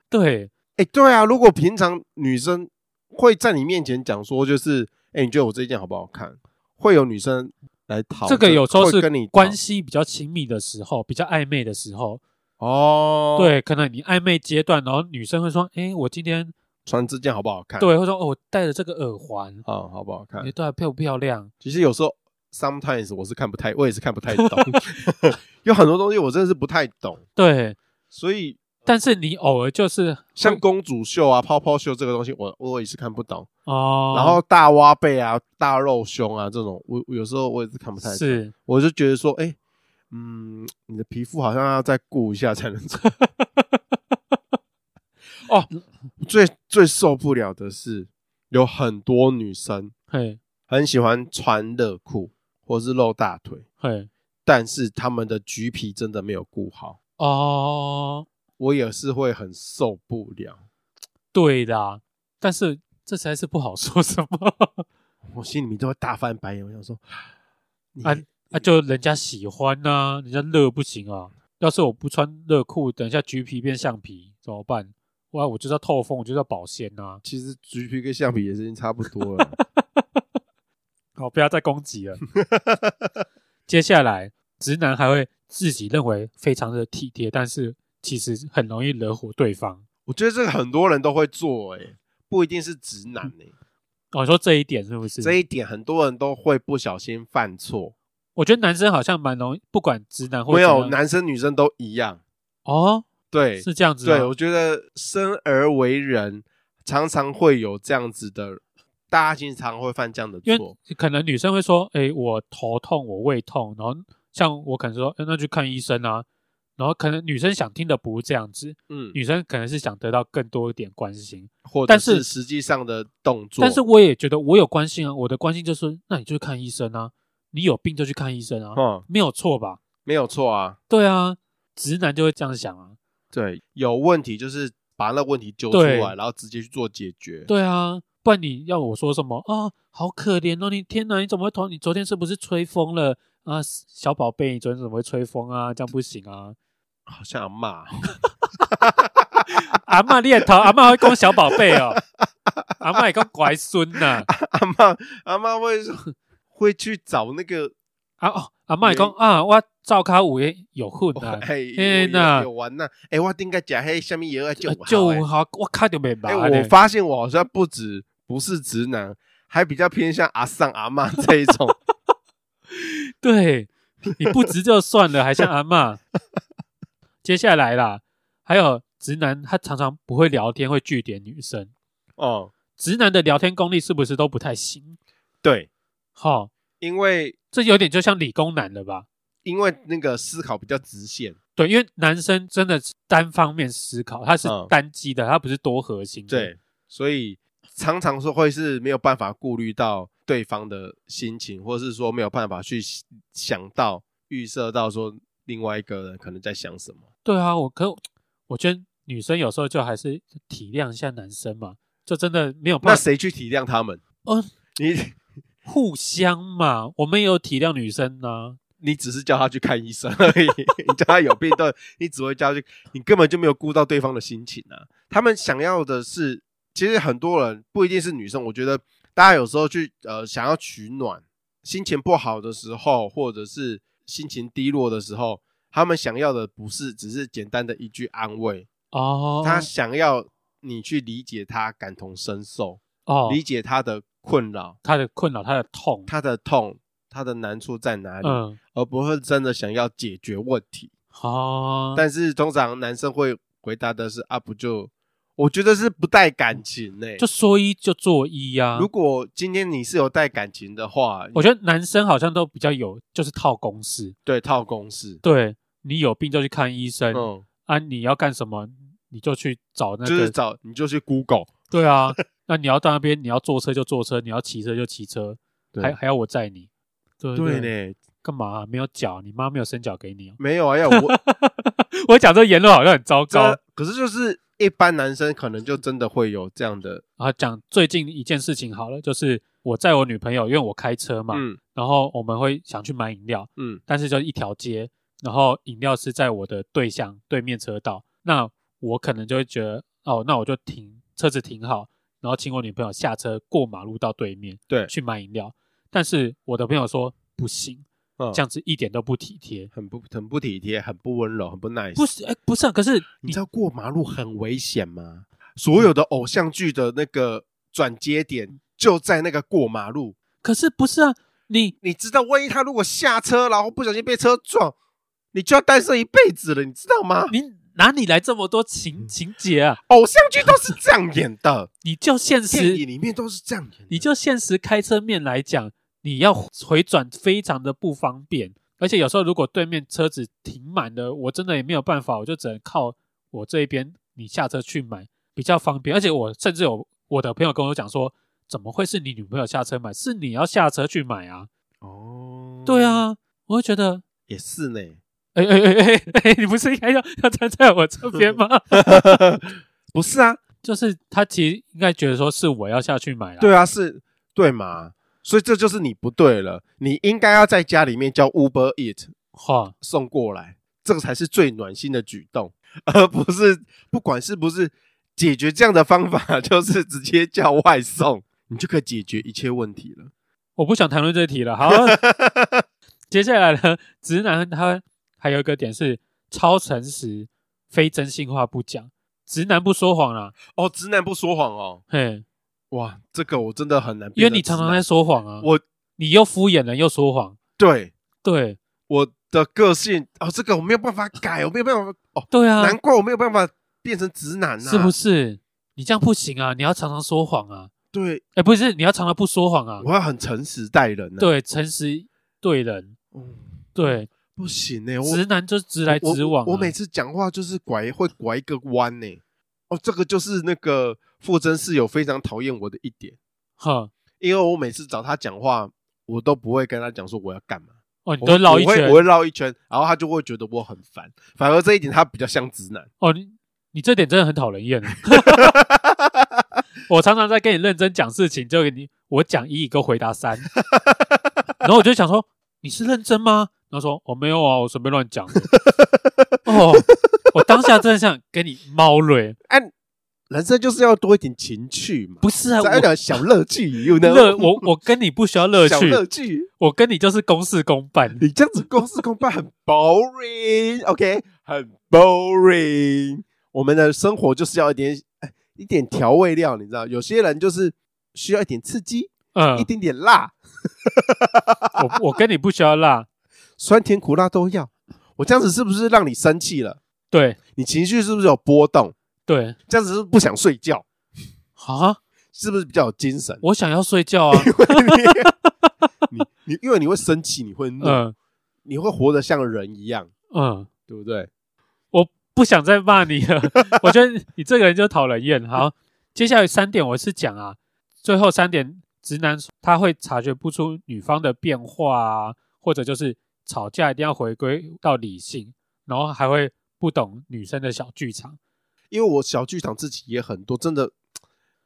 S1: 对，
S2: 哎，对啊，如果平常女生会在你面前讲说，就是哎，你觉得我这件好不好看？会有女生来讨
S1: 这个有时候
S2: 会
S1: 是
S2: 跟你讨
S1: 关系比较亲密的时候，比较暧昧的时候，
S2: 哦，，
S1: 对，可能你暧昧阶段，然后女生会说：“哎、我今天
S2: 穿这件好不好看？
S1: 对，会说哦，我戴了这个耳环，
S2: 啊，好不好看
S1: 你？戴漂不漂亮
S2: 其实有时候 sometimes 我是看不 太，我也是看不太懂，有很多东西我真的是不太懂，？”
S1: 对，
S2: 所以
S1: 但是你偶尔就是
S2: 像公主秀啊、泡泡秀这个东西，我我也是看不懂。
S1: 哦，
S2: 然后大挖背啊、大肉胸啊这种，我我有时候我也是看不太懂。
S1: 是
S2: 我就觉得说，哎、嗯，你的皮肤好像要再顾一下才能 穿。哦，最最受不了的是，有很多女生
S1: 嘿
S2: 很喜欢穿热裤或是露大腿，
S1: 嘿
S2: 但是她们的橘皮真的没有顾好，
S1: 哦，
S2: 我也是会很受不了。
S1: 对啦，但是这实在是不好说什么
S2: 我心里面都会大翻白眼，我想说，你
S1: 啊啊，就人家喜欢呐、人家热不行啊。要是我不穿热裤，等一下橘皮变橡皮怎么办？哇，我就是要透风，我就是要保鲜呐、
S2: 其实橘皮跟橡皮也是已经差不多了。
S1: 好，不要再攻击了。接下来，直男还会自己认为非常的体贴，但是其实很容易惹火对方。
S2: 我觉得这个很多人都会做、欸，不一定是直男、欸，
S1: 哦，你说这一点是不是？
S2: 这一点很多人都会不小心犯错。
S1: 我觉得男生好像蛮容易，不管直男或
S2: 没
S1: 怎
S2: 有，
S1: 样
S2: 男生女生都一样。
S1: 哦，
S2: 对，
S1: 是这啊样子吗。
S2: 对，我觉得生而为人，常常会有这样子的，大家经常会犯这样的
S1: 因
S2: 错。
S1: 为可能女生会说：“哎、我头痛，我胃痛。”然后像我可能说：“哎、那去看医生啊。”然后可能女生想听的不是这样子，
S2: 嗯，
S1: 女生可能是想得到更多一点关心。
S2: 或者
S1: 但是
S2: 是实际上的动作，
S1: 但是我也觉得我有关心啊，我的关心就是，那你就去看医生啊，你有病就去看医生啊，
S2: 嗯，
S1: 没有错吧？
S2: 没有错啊。
S1: 对啊，直男就会这样想啊，
S2: 对，有问题就是把那问题揪出
S1: 对
S2: 来，然后直接去做解决。
S1: 对啊，不然你要我说什么啊？好可怜哦，你天哪，你怎么会头？你昨天是不是吹风了啊？小宝贝，你昨天怎么会吹风啊？这样不行啊！
S2: 好像有骂，
S1: 阿嬷你也头，阿嬷会讲小宝贝哦，阿嬷也讲乖啊孙呐，
S2: 阿妈阿妈 会说会去找那个
S1: 啊哦，阿嬷也讲啊，我灶骹有的有混啊，
S2: 哎，
S1: 嘿
S2: 有
S1: 呐
S2: 有有玩呐，哎，我顶个假黑下面也要救
S1: 呃
S2: 救
S1: 就好，我看就没
S2: 哎，
S1: 麻
S2: 我
S1: 呢。
S2: 发现我好像不止不是直男，还比较偏向阿丧阿妈这 一种。
S1: 对，你不直就算了，还像阿 嬷。接下来啦，还有直男，他常常不会聊天，会据点女生。
S2: 哦，
S1: 直男的聊天功力是不是都不太行？
S2: 对，
S1: 好、
S2: 因为
S1: 这有点就像理工男了吧？
S2: 因为那个思考比较直线，
S1: 对，因为男生真的是单方面思考，他是
S2: 嗯
S1: 单机的，他不是多核心的。
S2: 对，嗯所以常常说会是没有办法顾虑到对方的心情，或是说没有办法去想到预设到说另外一个人可能在想什么。
S1: 对啊，我可我觉得女生有时候就还是体谅一下男生嘛，就真的没有
S2: 那
S1: 办法
S2: 谁去体谅他们？
S1: 哦，
S2: 你
S1: 互相嘛。我们也有体谅女生啊呐、
S2: 你只是叫他去看医生而已， 你叫他有病都，你只会叫他去，你根本就没有顾到对方的心情啊。他们想要的是，其实很多人不一定是女生，我觉得大家有时候去呃想要取暖，心情不好的时候，或者是心情低落的时候，他们想要的不是只是简单的一句安慰，
S1: 哦，
S2: 他想要你去理解他，感同身受，
S1: 哦，
S2: 理解他的困扰、
S1: 他的困扰，他的痛，
S2: 他的痛、他的难处在哪里，
S1: 嗯，
S2: 而不是真的想要解决问题。
S1: 哦，
S2: 但是通常男生会回答的是啊，不就我觉得是不带感情呢、
S1: 就说一就做一呀、
S2: 如果今天你是有带感情的话，
S1: 我觉得男生好像都比较有，就是套公式，
S2: 对套公式，
S1: 对你有病就去看医生、
S2: 嗯，
S1: 啊，你要干什么你就去找那个，
S2: 就是找你就去 Google，
S1: 对 啊，那你要到那边，你要坐车就坐车，你要骑车就骑车，
S2: 对
S1: 还还要我载你，对
S2: 对
S1: 对
S2: 呢，
S1: 干嘛、啊没有脚，你妈没有伸脚给你、哦
S2: 没有啊，要我
S1: 我讲这个言论好像很糟糕
S2: 这可是就是一般男生可能就真的会有这样的，
S1: 啊。讲最近一件事情好了，就是我载我女朋友，因为我开车嘛，
S2: 嗯
S1: 然后我们会想去买饮料，
S2: 嗯
S1: 但是就一条街，然后饮料是在我的对向对面车道，那我可能就会觉得哦，那我就停车子停好，然后请我女朋友下车过马路到对面
S2: 对，
S1: 去买饮料，但是我的朋友说不行，
S2: 嗯
S1: 这样子一点都不体贴，
S2: 很不很不体贴，很不温柔，很不 nice，
S1: 不是哎、不是、啊，可是
S2: 你
S1: 你
S2: 知道过马路很危险吗？所有的偶像剧的那个转接点就在那个过马路。
S1: 可是不是啊，你
S2: 你知道，万一他如果下车，然后不小心被车撞，你就要单身一辈子了，你知道吗？
S1: 你哪里来这么多
S2: 嗯
S1: 情情节啊？
S2: 偶像剧都是这样演的，
S1: 你就现
S2: 电
S1: 实，
S2: 影里面都 是这样演的。
S1: 你就现实开车面来讲，你要回转非常的不方便，而且有时候如果对面车子停满了，我真的也没有办法，我就只能靠我这一边，你下车去买比较方便。而且我甚至有我的朋友跟我讲说，怎么会是你女朋友下车买？是你要下车去买啊？
S2: 哦，
S1: 对，啊，我会觉得。
S2: 也是呢。
S1: 哎哎哎哎哎！你不是应该要要站在我这边吗？
S2: 不是啊，
S1: 就是他其实应该觉得说是我要下去买啦。
S2: 对啊，是对嘛？所以这就是你不对了，你应该要在家里面叫 Uber Eat
S1: 哈，
S2: 送过来，这个才是最暖心的举动， 而不是不管是不是解决这样的方法， 就是直接叫外送，你就可以解决一切问题了。
S1: 我不想谈论这一题 了。好，接下来呢，直男他还有一个点是超诚实，非真心话不讲，直男不说谎啦。
S2: 哦，直男不说谎哦，
S1: 嘿，
S2: 哇，这个我真的很难
S1: 因为
S2: 变成直男，
S1: 你常常在说谎啊，
S2: 我
S1: 你又敷衍人又说谎。
S2: 对
S1: 对
S2: 我的个性哦，这个我没有办法改，我没有办法哦，
S1: 对啊，
S2: 难怪我没有办法变成直男啊呐、
S1: 是不？是？你这样不行啊，你要常常说谎啊。
S2: 对，
S1: 哎，不是，你要常常不说谎啊。
S2: 我要很诚实待人、啊。，
S1: 对，诚实对人，
S2: 嗯、
S1: 对
S2: 不行呢、我
S1: 直男就是直来直往啊、
S2: 我。我每次讲话就是拐会拐一个弯呢、哦，这个就是那个傅真室友非常讨厌我的一点，
S1: 哈
S2: 因为我每次找他讲话，我都不会跟他讲说我要干嘛，
S1: 哦，你
S2: 我
S1: 都绕一
S2: 我会
S1: 圈
S2: 我会绕一圈，然后他就会觉得我很烦。反而这一点他比较像直男，
S1: 哦，你你这点真的很讨人厌。啊 我常常在跟你认真讲事情，就给你我讲一，一个回答 三，然后我就想说你是认真吗？然后说我、哦、没有啊，我随便乱 讲的。哦，我当下真的想给你猫蕊，
S2: 哎、人生就是要多一点情趣嘛，
S1: 不是啊，
S2: 再有
S1: 我
S2: 点小乐趣，有呢，
S1: 乐我我跟你不需要乐
S2: 小
S1: 趣，
S2: 乐趣。
S1: 我跟你就是公事公 办。
S2: 你这样子公事公办很 boring，OK，、很 boring。我们的生活就是要一点哎一点调味料，你知道，有些人就是需要一点刺激，
S1: 嗯
S2: 一，点点辣，
S1: 我我跟你不需要辣，
S2: 酸甜苦辣都要。我这样子是不是让你生气了？
S1: 对
S2: 你情绪是不是有波动？
S1: 对
S2: 这样子是不是不想睡觉，
S1: 啊，
S2: 是不是比较有精神？
S1: 我想要睡觉啊。
S2: 你 你因为你会生气，你会怒，
S1: 嗯
S2: 你会活得像人一样，
S1: 嗯，
S2: 对不对？
S1: 我不想再骂你了， 我觉得你这个人就讨人厌。好，接下来三点我是讲啊，最后三点，直男他会察觉不出女方的变化啊，或者就是吵架一定要回归到理性，然后还会不懂女生的小剧场。
S2: 因为我小剧场自己也很多，真的，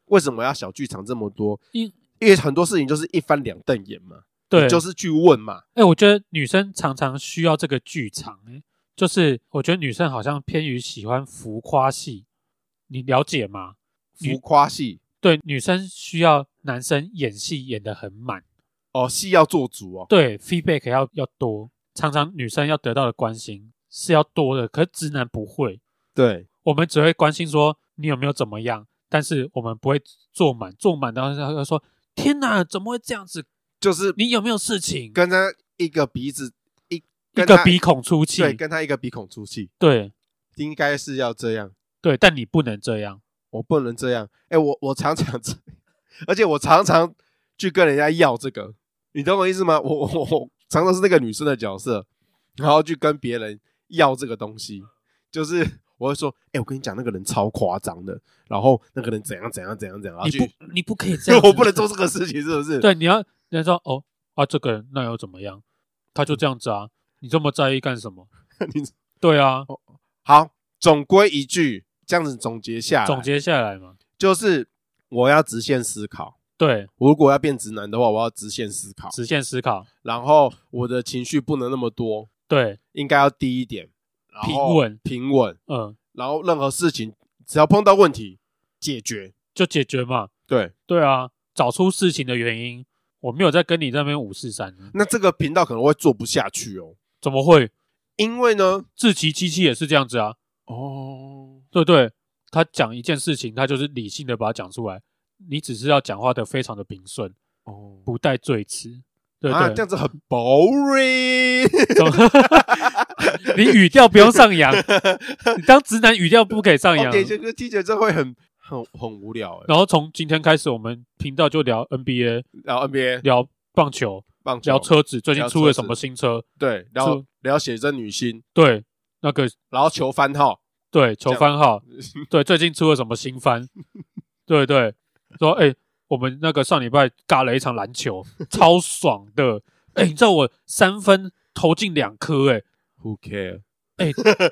S2: 为什么要小剧场这么多？
S1: 因
S2: 因为很多事情就是一翻两瞪眼嘛，
S1: 对，
S2: 你就是去问嘛，
S1: 哎、我觉得女生常常需要这个剧场、欸，就是我觉得女生好像偏于喜欢浮夸戏，你了解吗？
S2: 浮夸戏
S1: 对，女生需要男生演戏演得很满。
S2: 哦，戏要做足哦。
S1: 对 feedback 要要多，常常女生要得到的关心是要多的，可是直男不会，
S2: 对，
S1: 我们只会关心说你有没有怎么样，但是我们不会做满，做满然后他会说天哪，怎么会这样子？
S2: 就是
S1: 你有没有事情？
S2: 跟他一个鼻子一
S1: 一
S2: 跟
S1: 个
S2: 他
S1: 鼻孔出气，
S2: 对，跟他一个鼻孔出气，
S1: 对
S2: 应该是要这样，
S1: 对但你不能这样，
S2: 我不能这样。哎，我我常常这，而且我常常去跟人家要这个，你懂我意思吗？我我我我常常是那个女生的角色，然后去跟别人要这个东西，就是我会说，哎，我跟你讲，那个人超夸张的，然后那个人怎样怎样怎样怎样，然后
S1: 你
S2: 去
S1: 不你不可以这
S2: 就，
S1: 样子
S2: 我不能做这个事情，是不是？，
S1: 对，你要人家说哦啊，这个人那又怎么样？他就这样子啊，你这么在意干什么？
S2: 你哦
S1: 对啊，
S2: 好，总归一句，这样子总结下来，
S1: 总结下来嘛，
S2: 就是我要直线思考。
S1: 对，
S2: 我如果要变直男的话，我要直线思考，
S1: 直线思考，
S2: 然后我的情绪不能那么多，
S1: 对，
S2: 应该要低一点，然后
S1: 平稳
S2: 平稳，
S1: 嗯。
S2: 然后任何事情只要碰到问题，解决。
S1: 就解决嘛。
S2: 对，
S1: 对啊，找出事情的原因。我没有在跟你那边五四三，啊
S2: 那这个频道可能会做不下去哦，
S1: 怎么会？
S2: 因为呢，
S1: 自欺欺欺也是这样子啊，
S2: 哦，
S1: 对不对？他讲一件事情，他就是理性的把它讲出来，你只是要讲话的非常的平顺，
S2: 哦，
S1: 不带赘词。对
S2: 啊，
S1: 对
S2: 这，样子很 boring。
S1: 总 你语调不用上扬，你当直男语调不可以上扬
S2: 哦。点这个听起来真的会很很很无聊欸。
S1: 然后从今天开始，我们频道就聊 NBA，
S2: 然后 NBA
S1: 聊棒球，
S2: 棒球
S1: 聊，车子，最近
S2: 聊
S1: 出了
S2: 车子
S1: 什么新车？
S2: 对，然后聊写真女星，
S1: 对，那个
S2: 然后求番号，
S1: 对球番号， 对，最近出了什么新番？对对，说哎、我们那个上礼拜尬了一场篮球，超爽的。哎、你知道我三分投进两颗、哎，
S2: Who care？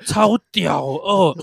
S1: 超屌哦！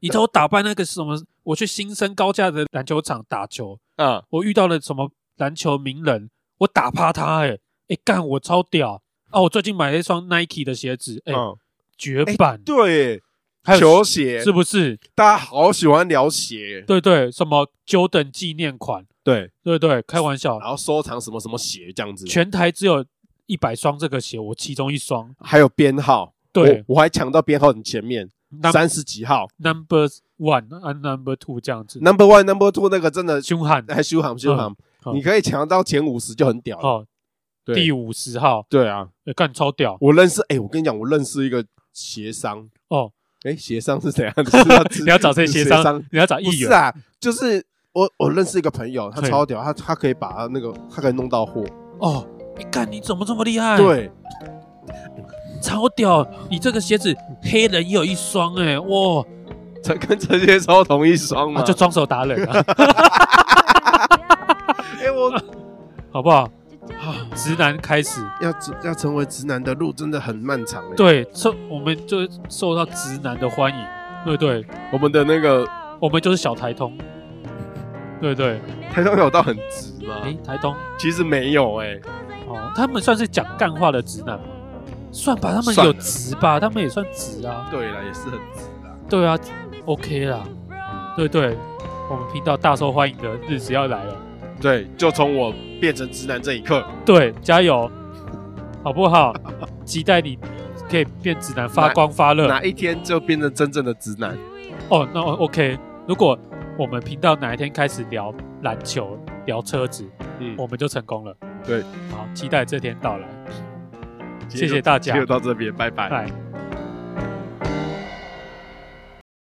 S1: 你知道我打败那个什么？我去新生高架的篮球场打球，
S2: 嗯，
S1: 我遇到了什么篮球名人，我打趴他、欸，哎、哎干，我超屌啊！我最近买了一双 Nike 的鞋子，哎、
S2: 嗯，
S1: 绝版，
S2: 对欸，
S1: 还有
S2: 球鞋
S1: 是，不是？
S2: 大家好喜欢聊鞋，
S1: 对对，什么 Jordan 纪念款，
S2: 对，
S1: 对对，开玩笑，
S2: 然后收藏什么什么鞋这样子，
S1: 全台只有一百双这个鞋，我其中一双，
S2: 还有编号，
S1: 对
S2: 我我还抢到编号很前面
S1: ，num
S2: 哦三十几号
S1: number one 啊 number two 这样子，
S2: ，Number One、Number Two 那个真的
S1: 凶悍，
S2: 还修行修行，
S1: 嗯好
S2: 你可以抢到前五十就很屌了。
S1: 哦，
S2: 对
S1: 第五十号，
S2: 对啊，
S1: 哎干超屌
S2: 我认识，哎、我跟你讲，我认识一个协商，
S1: 哦！
S2: 哎、协商是怎样？ 是
S1: 你要找谁协商？你要找
S2: 不
S1: 议
S2: 是
S1: 员，
S2: 啊，就是我我认识一个朋友，他
S1: 对
S2: 超屌，他他可以把他那个他可以弄到货，
S1: 哦，你看你怎么这么厉害？，
S2: 对，
S1: 超屌！你这个鞋子黑人也有一双哎、哇、
S2: 陈跟陈杰超同一双嘛，
S1: 啊，就双手打人 啊，
S2: 哎、我
S1: 好不好？啊直男开始，
S2: 要直要成为直男的路真的很漫长、欸，，
S1: 对，受我们就是受到直男的欢迎，对对，
S2: 我们的那个
S1: 我们就是小台通，对对，
S2: 台中有到很直吗？
S1: 诶，台通
S2: 其实没有、欸，哎，
S1: 哦，他们算是讲干话的直男吗？算吧，他们
S2: 算
S1: 有
S2: 了
S1: 直吧，他们也算直啊，
S2: 对了，也是很直啊，
S1: 对啊，OK 啦，对对，我们频道大受欢迎的日子要来了。
S2: 对，就从我变成直男这一刻，
S1: 对，加油，好不好？期待你可以变直男发光发热。
S2: 哪一天就变成真正的直男？
S1: 哦，那 OK。如果我们频道哪一天开始聊篮球、聊车子，
S2: 嗯，
S1: 我们就成功了。
S2: 对，
S1: 好，期待这天到来。谢谢大家
S2: 就到这边，拜拜。
S1: 拜。